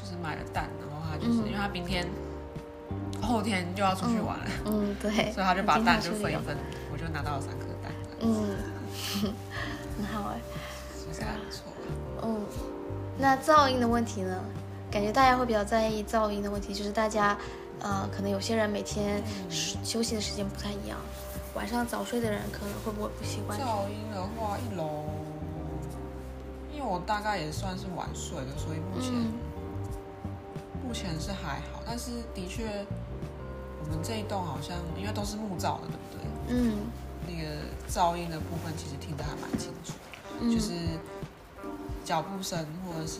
Speaker 2: 就是买了蛋，然后他就是、
Speaker 1: 嗯
Speaker 2: 因为他明天后天就要出去玩了，
Speaker 1: 嗯对，
Speaker 2: 所以他就把
Speaker 1: 经
Speaker 2: 蛋
Speaker 1: 常处
Speaker 2: 就
Speaker 1: 理
Speaker 2: 分一
Speaker 1: 了
Speaker 2: 分，我就拿到了三颗蛋，
Speaker 1: 嗯，很好哎。
Speaker 2: 其实还不错啊。
Speaker 1: 嗯，那噪音的问题呢？感觉大家会比较在意噪音的问题，就是大家，呃，可能有些人每天时休息的时间不太一样，晚上早睡的人可能会不会不习惯？
Speaker 2: 噪音的话，一楼，因为我大概也算是晚睡的，所以目前、
Speaker 1: 嗯
Speaker 2: 目前是还好，但是的确，我们这一栋好像因为都是木造的，对不对？
Speaker 1: 嗯
Speaker 2: 那个噪音的部分其实听得还蛮清楚，
Speaker 1: 嗯，
Speaker 2: 就是脚步声或者是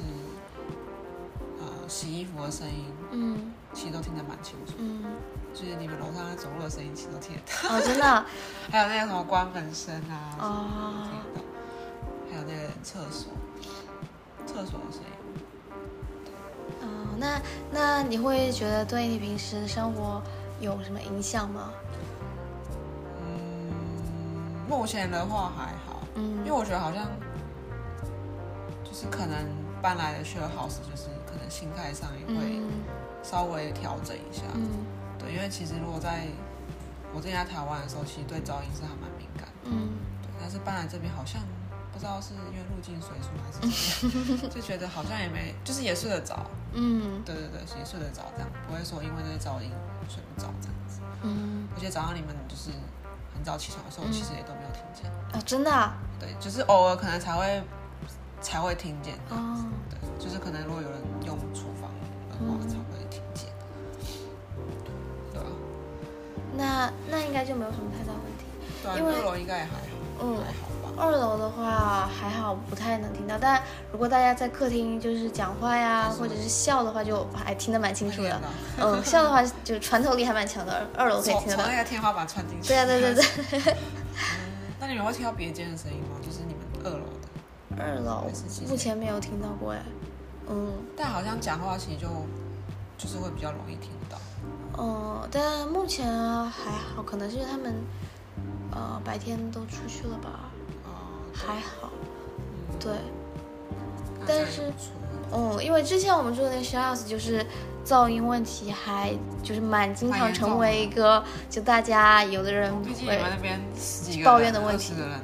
Speaker 2: 呃洗衣服的声音，
Speaker 1: 嗯
Speaker 2: 其实都听得蛮清楚。
Speaker 1: 嗯，
Speaker 2: 就是你们楼上在走路的声音，其实都听得到，
Speaker 1: 哦，真的
Speaker 2: 还有那个什么关门声啊，什么都听
Speaker 1: 哦，
Speaker 2: 得到，还有那个厕所厕所的声音。
Speaker 1: 哦，那那你会觉得对你平时生活有什么影响吗？
Speaker 2: 嗯，目前的话还好，因为
Speaker 1: 嗯
Speaker 2: 我觉得好像就是可能搬来的 share house，就是可能心态上也会
Speaker 1: 嗯
Speaker 2: 稍微调整一下。
Speaker 1: 嗯
Speaker 2: 对，因为其实如果在我之前在台湾的时候，其实对噪音是还蛮敏感的，
Speaker 1: 嗯
Speaker 2: 对。但是搬来这边好像不知道是因为入境随俗还是 怎么样，就觉得好像也没，就是也睡得着，
Speaker 1: 嗯
Speaker 2: 对对对，也睡得着这样，不会说因为那个噪音睡不着这样子。
Speaker 1: 嗯，
Speaker 2: 而且早上你们就是很早起床的时候，
Speaker 1: 嗯
Speaker 2: 其实也都没有听见，
Speaker 1: 哦，真的啊
Speaker 2: 对，就是偶尔可能才会才会听见，
Speaker 1: 哦，
Speaker 2: 对，就是可能如果有人用厨房的话
Speaker 1: 嗯
Speaker 2: 才会听见，对啊，
Speaker 1: 那那应该就没有什么太大问题。
Speaker 2: 对啊，
Speaker 1: 因为
Speaker 2: 二楼应该也还好，
Speaker 1: 嗯
Speaker 2: 还好吧。
Speaker 1: 二楼的话还好，不太能听到。但如果大家在客厅就是讲话呀，或者是笑的话，就还听得蛮清楚的。嗯，笑的话就穿透力还蛮强的，二楼可以
Speaker 2: 从
Speaker 1: 听得
Speaker 2: 从
Speaker 1: 到。
Speaker 2: 那个天花板穿进去。嗯
Speaker 1: 对呀、对对 对。
Speaker 2: 那你们会听到别间的声音吗？就是你们二楼的，
Speaker 1: 二楼
Speaker 2: 还是其实
Speaker 1: 目前没有听到过哎。嗯
Speaker 2: 但好像讲话其实就就是会比较容易听到。
Speaker 1: 哦、呃但目前还好，可能是因为他们呃白天都出去了吧，
Speaker 2: 哦、
Speaker 1: 还好。
Speaker 2: 嗯
Speaker 1: 对，
Speaker 2: 那
Speaker 1: 但
Speaker 2: 这样也
Speaker 1: 是
Speaker 2: 不错
Speaker 1: 嗯，因为之前我们住的那个 share house 就是噪音问题还就是蛮经常成为一个就大家有的人
Speaker 2: 毕竟你
Speaker 1: 会
Speaker 2: 们，那边十几个人
Speaker 1: 抱怨的问题
Speaker 2: 20个人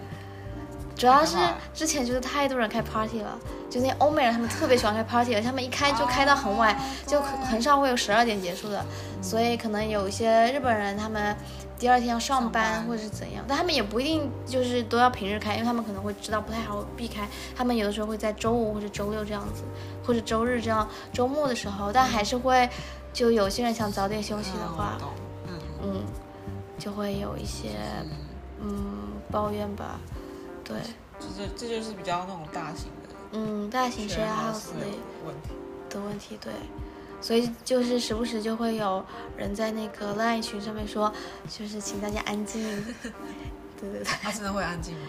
Speaker 1: 主要是之前就是太多人开 party 了，就那些欧美人他们特别喜欢开 party，而且他们一开就开到很晚，
Speaker 2: 哦
Speaker 1: 就很很少会有十二点结束的，所以可能有一些日本人他们。第二天要上班
Speaker 2: 上班
Speaker 1: 或者是怎样，但他们也不一定就是都要平日开，因为他们可能会知道不太好避开，他们有的时候会在周五或者周六这样子，或者周日这样周末的时候，但还是会就有些人想早点休息的话
Speaker 2: 嗯我，懂，嗯
Speaker 1: 嗯，就会有一些
Speaker 2: 嗯，
Speaker 1: 嗯抱怨吧，对，
Speaker 2: 这就这就是比较那种大型的
Speaker 1: 嗯，大型 share house
Speaker 2: 的
Speaker 1: 里。
Speaker 2: 问题，
Speaker 1: 的问题，对。所以就是时不时就会有人在那个 LINE 群上面说，就是请大家安 静。对对对，
Speaker 2: 他真的会安静吗？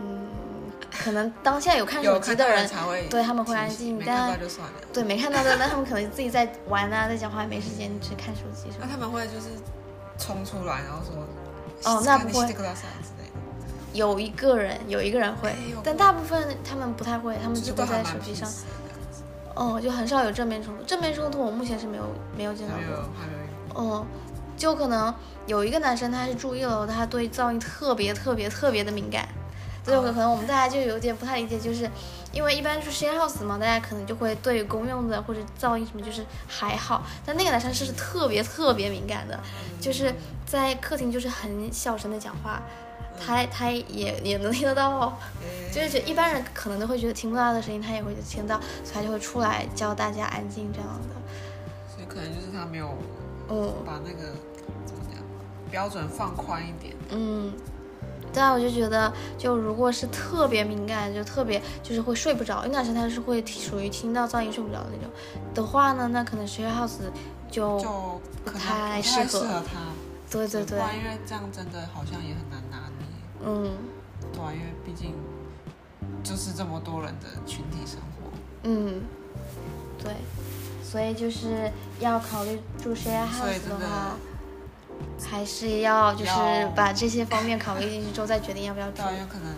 Speaker 1: 嗯，可能当下有看手
Speaker 2: 有
Speaker 1: 机
Speaker 2: 看
Speaker 1: 的
Speaker 2: 到
Speaker 1: 人，
Speaker 2: 才会，
Speaker 1: 对他们会安静
Speaker 2: 没
Speaker 1: 但
Speaker 2: 看到就算了。
Speaker 1: 对没看到的，那他们可能自己在玩啊，在讲话，没时间去看手机什么
Speaker 2: 那
Speaker 1: 的。
Speaker 2: 他们会就是冲出来，然后说，
Speaker 1: 哦那不会
Speaker 2: 这个啥之类的，
Speaker 1: 有一个人，有一个人会
Speaker 2: 哎有，
Speaker 1: 但大部分他嗯们不太会，他们
Speaker 2: 就是
Speaker 1: 只
Speaker 2: 都
Speaker 1: 会在
Speaker 2: 还蛮
Speaker 1: 手机
Speaker 2: peace
Speaker 1: 上
Speaker 2: 的。这样子
Speaker 1: 哦，就很少有正面冲突。正面冲突我目前是没有没有见到
Speaker 2: 还没
Speaker 1: 过
Speaker 2: 有。还没有，
Speaker 1: 嗯，就可能有一个男生他是住一楼，他对噪音特别特别特别的敏感。这有可能我们大家就有点不太理解，就是因为一般是 share house 嘛，大家可能就会对公用的或者噪音什么就是还好，但那个男生是特别特别敏感的，就是在客厅就是很小声的讲话，他他也也能听得到哦。
Speaker 2: 哎
Speaker 1: 就是觉得一般人可能都会觉得听不到的声音，他也会听到，所以他就会出来教大家安静这样的。
Speaker 2: 所以可能就是他没有
Speaker 1: 嗯，
Speaker 2: 把那个怎么讲标准放宽一点，
Speaker 1: 嗯，对啊，我就觉得，就如果是特别敏感，就特别就是会睡不着，因为男生他是会听属于听到噪音睡不着的那种的话呢，那可能 share house 就
Speaker 2: 就可能哦不
Speaker 1: 太
Speaker 2: 太
Speaker 1: 适合
Speaker 2: 适合他。
Speaker 1: 对对对
Speaker 2: 不，然因为这样真的好像也很难拿捏，
Speaker 1: 嗯
Speaker 2: 对啊，因为毕竟就是这么多人的群体生活，
Speaker 1: 嗯，对，所以就是要考虑住 share
Speaker 2: 所以
Speaker 1: house
Speaker 2: 真的
Speaker 1: 话。还是要就是
Speaker 2: 要
Speaker 1: 把这些方面考虑进去之后再决定要不要住
Speaker 2: 对。啊，因为可能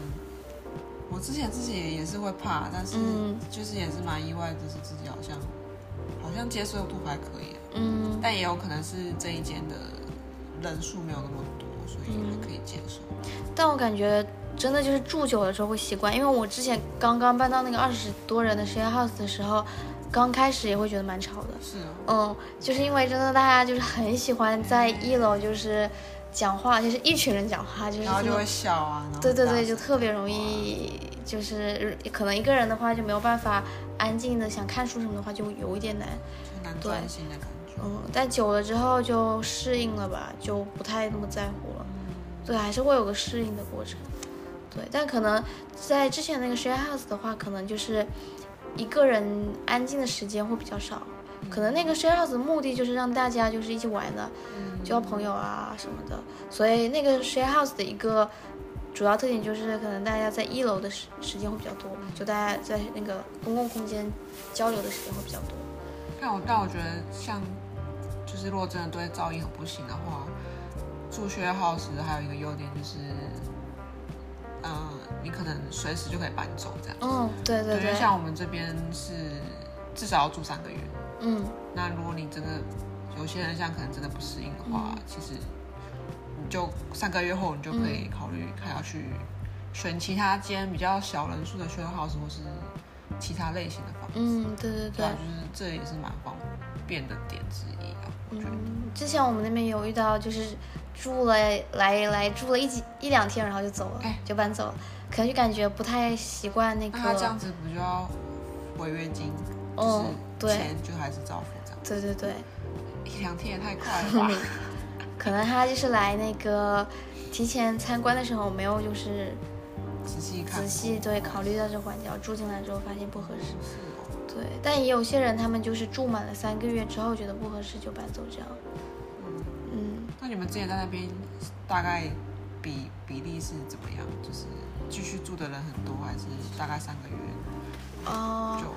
Speaker 2: 我之前自己也是会怕，但是
Speaker 1: 嗯
Speaker 2: 就是也是蛮意外，就是自己好像好像接受度还可以啊，
Speaker 1: 嗯，
Speaker 2: 但也有可能是这一间的人数没有那么多，所以
Speaker 1: 嗯
Speaker 2: 还可以接受。
Speaker 1: 但我感觉真的就是住久了之后会习惯，因为我之前刚刚搬到那个二十多人的实验 house 的时候，刚开始也会觉得蛮吵的。
Speaker 2: 是
Speaker 1: 嗯，
Speaker 2: 哦，
Speaker 1: 就是因为真的大家就是很喜欢在一楼就是讲话，就是一群人讲话，就是
Speaker 2: 然后
Speaker 1: 这
Speaker 2: 就
Speaker 1: 么
Speaker 2: 会笑啊，然后
Speaker 1: 对对
Speaker 2: 大
Speaker 1: 对，
Speaker 2: 声
Speaker 1: 就特别容易就是可能一个人的话就没有办法安静的想看书什么的话就有一点难。
Speaker 2: 就难专心的感觉。
Speaker 1: 嗯，但久了之后就适应了吧，就不太那么在乎了。对，还是会有个适应的过程。对，但可能在之前那个 share house 的话，可能就是一个人安静的时间会比较少。可能那个 share house 的目的就是让大家就是一起玩的，交朋友啊什么的。所以那个 share house 的一个主要特点就是，可能大家在一楼的时时间会比较多，就大家在那个公共空间交流的时间会比较多。
Speaker 2: 但我但我觉得像，就是如果真的对噪音很不行的话，住学 house 还有一个优点就是，嗯、你可能随时就可以搬走这样。
Speaker 1: 嗯，对对
Speaker 2: 因为
Speaker 1: 对，
Speaker 2: 像我们这边是至少要住三个月。
Speaker 1: 嗯。
Speaker 2: 那如果你真的有些人像可能真的不适应的话，
Speaker 1: 嗯
Speaker 2: 其实你就三个月后你就可
Speaker 1: 嗯
Speaker 2: 以考虑看要去选其他间比较小人数的学 house 或是其他类型的房子。
Speaker 1: 嗯，对对
Speaker 2: 对
Speaker 1: 对
Speaker 2: 啊，，就是这也是蛮方便的点之一啊，我觉得。
Speaker 1: 嗯，之前我们那边有遇到，就是住了来来住了一几一两天，然后就走了
Speaker 2: 哎，
Speaker 1: 就搬走了，可能就感觉不太习惯那
Speaker 2: 那他这
Speaker 1: 个
Speaker 2: 样，子不就要违约金？
Speaker 1: 哦
Speaker 2: 就是
Speaker 1: 对
Speaker 2: 钱就还是照付这样。
Speaker 1: 对对对，
Speaker 2: 一两天也太快了 吧？
Speaker 1: 可能他就是来那个提前参观的时候没有就是
Speaker 2: 仔细看过，
Speaker 1: 仔细对考虑到这个环节，然后住进来之后发现不合适，
Speaker 2: 是哦。
Speaker 1: 对，但也有些人他们就是住满了三个月之后觉得不合适就搬走这样，嗯，
Speaker 2: 那你们之前在那边大概比比例是怎么样？就是继续住的人很多，还是大概三个月
Speaker 1: 哦、
Speaker 2: 就？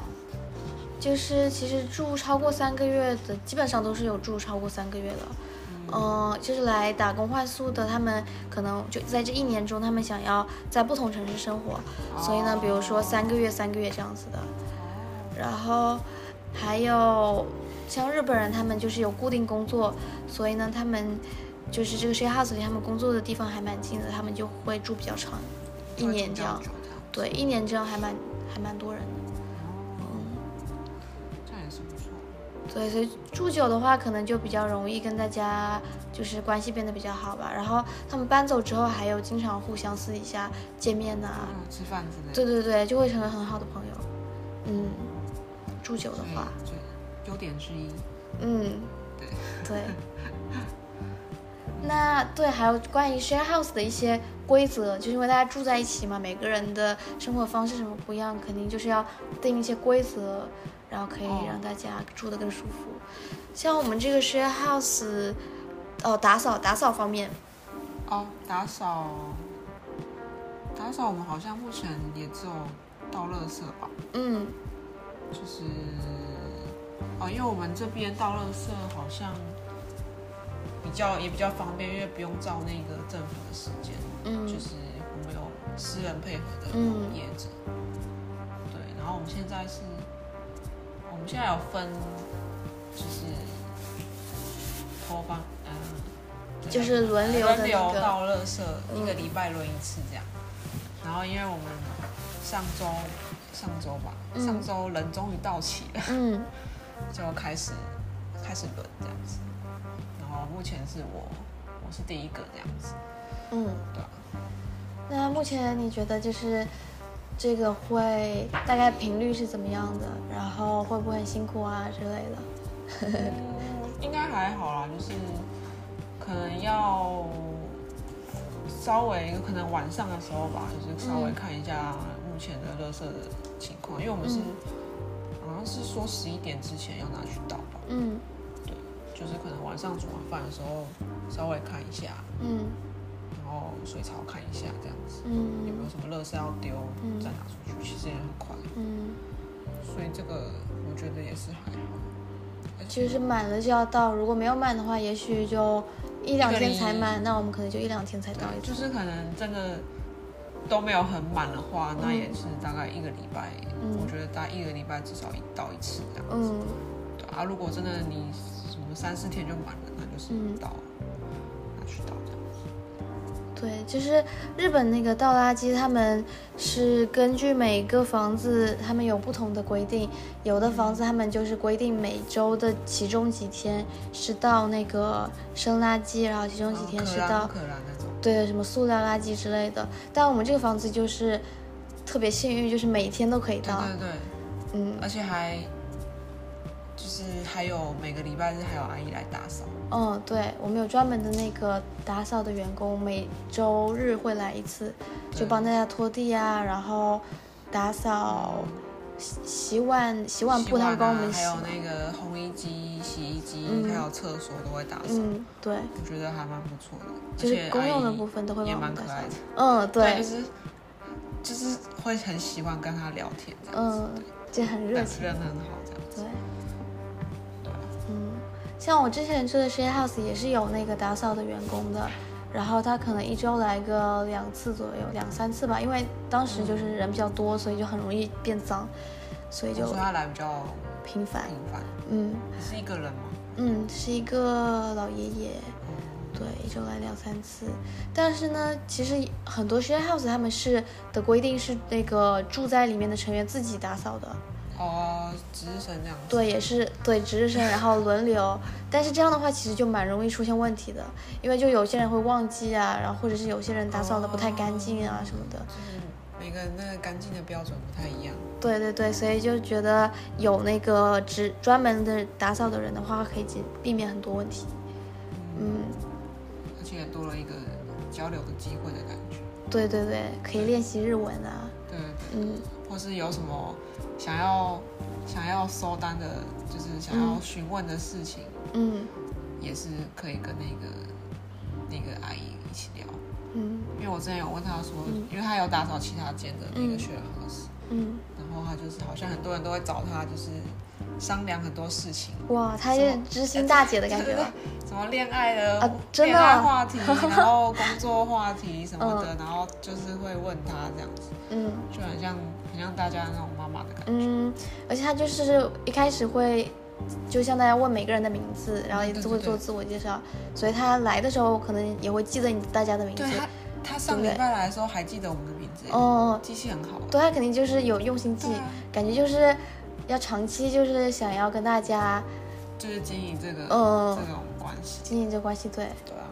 Speaker 1: 就是其实住超过三个月的，基本上都是有住超过三个月的。嗯、就是来打工换宿的，他们可能就在这一年中，他们想要在不同城市生活，所以呢，比如说三个月、三个月这样子的。然后还有像日本人，他们就是有固定工作，所以呢，他们就是这个 share house 离他们工作的地方还蛮近的，他们就会住比较长，一
Speaker 2: 会
Speaker 1: 年这
Speaker 2: 住比较
Speaker 1: 样。
Speaker 2: 久这样，
Speaker 1: 对，一年这样还蛮还蛮多人的。
Speaker 2: 嗯这样也是不错。
Speaker 1: 对，所以住久的话，可能就比较容易跟大家就是关系变得比较好吧。然后他们搬走之后，还有经常互相私底下见面呐、
Speaker 2: 嗯，吃饭之类的。
Speaker 1: 对对对，就会成为很好的朋友。嗯，住久的话，
Speaker 2: 所以，就优点之一。
Speaker 1: 嗯，
Speaker 2: 对，
Speaker 1: 对。那对，还有关于 share house 的一些规则，就是因为大家住在一起嘛，每个人的生活方式什么不一样，肯定就是要定一些规则，然后可以
Speaker 2: 哦
Speaker 1: 让大家住得更舒服。像我们这个 share house，哦，打扫打扫方面，
Speaker 2: 哦，打扫，打扫我们好像目前也只有倒垃圾吧，
Speaker 1: 嗯，
Speaker 2: 就是，哦，因为我们这边倒垃圾好像比较也比较方便，因为不用照那个政府的时间，
Speaker 1: 嗯
Speaker 2: 就是我们有私人配合的
Speaker 1: 嗯
Speaker 2: 业者，对，然后我们现在是，我们现在有分，就是托帮，嗯、对
Speaker 1: 就是轮流
Speaker 2: 轮
Speaker 1: 的
Speaker 2: 流
Speaker 1: 那个，嗯
Speaker 2: 倒垃圾，一个礼拜轮一次这样。然后因为我们上周上周吧，
Speaker 1: 嗯
Speaker 2: 上周人终于到齐了，
Speaker 1: 嗯
Speaker 2: 就开始开始轮这样子。然后目前是我我是第一个这样子，
Speaker 1: 嗯。
Speaker 2: 对啊
Speaker 1: 那目前你觉得就是这个会大概频率是怎么样的？然后会不会很辛苦啊之类的？
Speaker 2: 嗯应该还好啦，就是可能要稍微可能晚上的时候吧，就是稍微
Speaker 1: 嗯
Speaker 2: 看一下目前的垃圾的情况，因为我们是、
Speaker 1: 嗯
Speaker 2: 好像是说十一点之前要拿去倒吧，
Speaker 1: 嗯
Speaker 2: 就是可能晚上煮完饭的时候稍微看一下，
Speaker 1: 嗯
Speaker 2: 然后水槽看一下这样子，有没
Speaker 1: 嗯
Speaker 2: 有什么垃圾要丢
Speaker 1: 嗯
Speaker 2: 再拿出去，其实也很快，
Speaker 1: 嗯，
Speaker 2: 所以这个我觉得也是还好，
Speaker 1: 就是满了就要到，如果没有满的话，也许就一两天才满，那我们可能就一两天才到一
Speaker 2: 对，
Speaker 1: 次
Speaker 2: 就。是可能真的都没有很满的话，那也是大概一个礼拜，
Speaker 1: 嗯
Speaker 2: 我觉得大概一个礼拜至少一到一次这样子，
Speaker 1: 嗯
Speaker 2: 对啊，如果真的你什么三四天就满了，那就是
Speaker 1: 嗯
Speaker 2: 倒、拿去倒这样子，
Speaker 1: 对，就是日本那个倒垃圾，他们是根据每个房子，他们有不同的规定。有的房子他们就是规定每周的其中几天是倒那个生垃圾，然后其中
Speaker 2: 然
Speaker 1: 几
Speaker 2: 后
Speaker 1: 天
Speaker 2: 可
Speaker 1: 是
Speaker 2: 燃
Speaker 1: 倒
Speaker 2: 不可燃那种，
Speaker 1: 对什么塑料垃圾之类的。但我们这个房子就是特别幸运，就是每天都可以
Speaker 2: 对
Speaker 1: 倒。
Speaker 2: 对对。
Speaker 1: 嗯，
Speaker 2: 而且还就是还有每个礼拜日还有阿姨来打扫，
Speaker 1: 嗯，对，我们有专门的那个打扫的员工，每周日会来一次，就
Speaker 2: 对
Speaker 1: 帮大家拖地啊，然后打扫、洗洗碗、洗碗
Speaker 2: 洗
Speaker 1: 布，他会
Speaker 2: 碗
Speaker 1: 帮我
Speaker 2: 啊，
Speaker 1: 们
Speaker 2: 还
Speaker 1: 洗
Speaker 2: 有
Speaker 1: 嘛。
Speaker 2: 那个烘衣机、洗衣机，
Speaker 1: 嗯
Speaker 2: 还有厕所都会打扫，
Speaker 1: 嗯，对，
Speaker 2: 我觉得还蛮不错的。
Speaker 1: 就
Speaker 2: 而
Speaker 1: 是
Speaker 2: 且
Speaker 1: 公用的
Speaker 2: 阿姨
Speaker 1: 部分都会
Speaker 2: 也
Speaker 1: 帮我
Speaker 2: 蛮
Speaker 1: 们
Speaker 2: 可
Speaker 1: 打扫
Speaker 2: 爱的，。
Speaker 1: 嗯，
Speaker 2: 就
Speaker 1: 对，
Speaker 2: 是就是会很喜欢跟她聊天这样子，
Speaker 1: 嗯，就很热
Speaker 2: 感
Speaker 1: 情
Speaker 2: 觉。人很好这样子。
Speaker 1: 对，
Speaker 2: 对啊
Speaker 1: 嗯，像我之前住的实验 house 也是有那个打扫的员工的，然后他可能一周来个两次左右，两三次吧，因为当时就是人比较多，所以就很容易变脏，所以
Speaker 2: 所
Speaker 1: 就
Speaker 2: 以她来比较
Speaker 1: 频繁。
Speaker 2: 频繁。
Speaker 1: 嗯
Speaker 2: 你是一个人吗？
Speaker 1: 嗯，是一个老爷爷，对，一周来两三次。但是呢，其实很多 share house 他们是的规定是那个住在里面的成员自己打扫的，
Speaker 2: 哦，值日生这样子。
Speaker 1: 对，也是对值日生，然后轮流。但是这样的话，其实就蛮容易出现问题的，因为就有些人会忘记啊，然后或者是有些人打扫的不太干净啊什么的。
Speaker 2: 就是每个人那个干净的标准不太一样。
Speaker 1: 对对对，所以就觉得有那个只专门的打扫的人的话，可以解避免很多问题。嗯，
Speaker 2: 而且也多了一个交流的机会的感觉。
Speaker 1: 对对对，可以练习日文啊。
Speaker 2: 对对对，
Speaker 1: 嗯
Speaker 2: 或是有什么想要想要收单的，就是想要询问的事情，
Speaker 1: 嗯
Speaker 2: 也是可以跟那个那个阿姨一起聊。
Speaker 1: 嗯
Speaker 2: 因为我之前有问她说，
Speaker 1: 嗯
Speaker 2: 因为她有打扫其他间的那个
Speaker 1: 嗯
Speaker 2: 学员老师，
Speaker 1: 嗯，
Speaker 2: 然后她就是好像很多人都会找她，就是商量很多事情。
Speaker 1: 哇，她有点知心大姐的感觉了。
Speaker 2: 什么恋爱的、
Speaker 1: 啊真的
Speaker 2: 恋
Speaker 1: 啊
Speaker 2: 爱话题，然后工作话题什么的，然后就是会问她这样子。
Speaker 1: 嗯。
Speaker 2: 就很像很像大家那种妈妈的感觉。
Speaker 1: 嗯，而且他就是一开始会，就像大家问每个人的名字，然后也
Speaker 2: 对对
Speaker 1: 会做
Speaker 2: 嗯对
Speaker 1: 自我介绍，所以他来的时候可能也会记得你大家的名字
Speaker 2: 对。他，他上礼拜来的时候还记得我们的名字，哦，
Speaker 1: 哦，
Speaker 2: 记性很好。
Speaker 1: 对他肯定就是有用心记
Speaker 2: 对啊，
Speaker 1: 感觉就是要长期就是想要跟大家，
Speaker 2: 就是经营这个
Speaker 1: 嗯
Speaker 2: 这种关系，
Speaker 1: 经营者关系对，
Speaker 2: 对啊，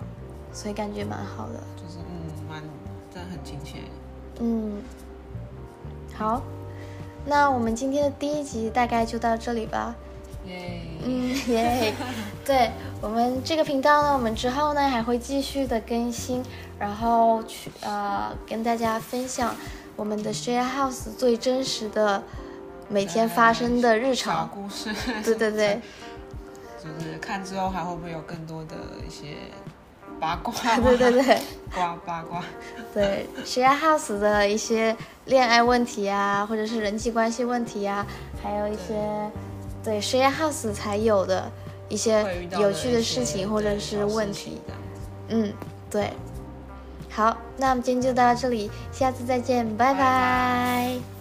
Speaker 1: 所以感觉蛮好的。
Speaker 2: 就是嗯，蛮真的很亲切。
Speaker 1: 嗯，好，那我们今天的第一集大概就到这里吧。
Speaker 2: 耶、
Speaker 1: 嗯 耶，对我们这个频道呢，我们之后呢还会继续的更新，然后去呃跟大家分享我们的 share house 最真实的每天发生的日
Speaker 2: 小
Speaker 1: 常。
Speaker 2: 故事，
Speaker 1: 对对 对，
Speaker 2: 就是看之后还会不会有更多的一些八卦，啊
Speaker 1: 对对对
Speaker 2: 瓜八卦，
Speaker 1: 对 share house 的一些恋爱问题啊，或者是人际关系问题啊，还有一些对 share house 才有的一些
Speaker 2: 会遇到
Speaker 1: 有趣
Speaker 2: 的
Speaker 1: 的
Speaker 2: 一
Speaker 1: 事
Speaker 2: 些
Speaker 1: 情或者
Speaker 2: 对
Speaker 1: 是
Speaker 2: 小事
Speaker 1: 问
Speaker 2: 情
Speaker 1: 题。
Speaker 2: 这样子。
Speaker 1: 嗯，对。好，那我们今天就到这里，下次再见，拜拜。
Speaker 2: 拜拜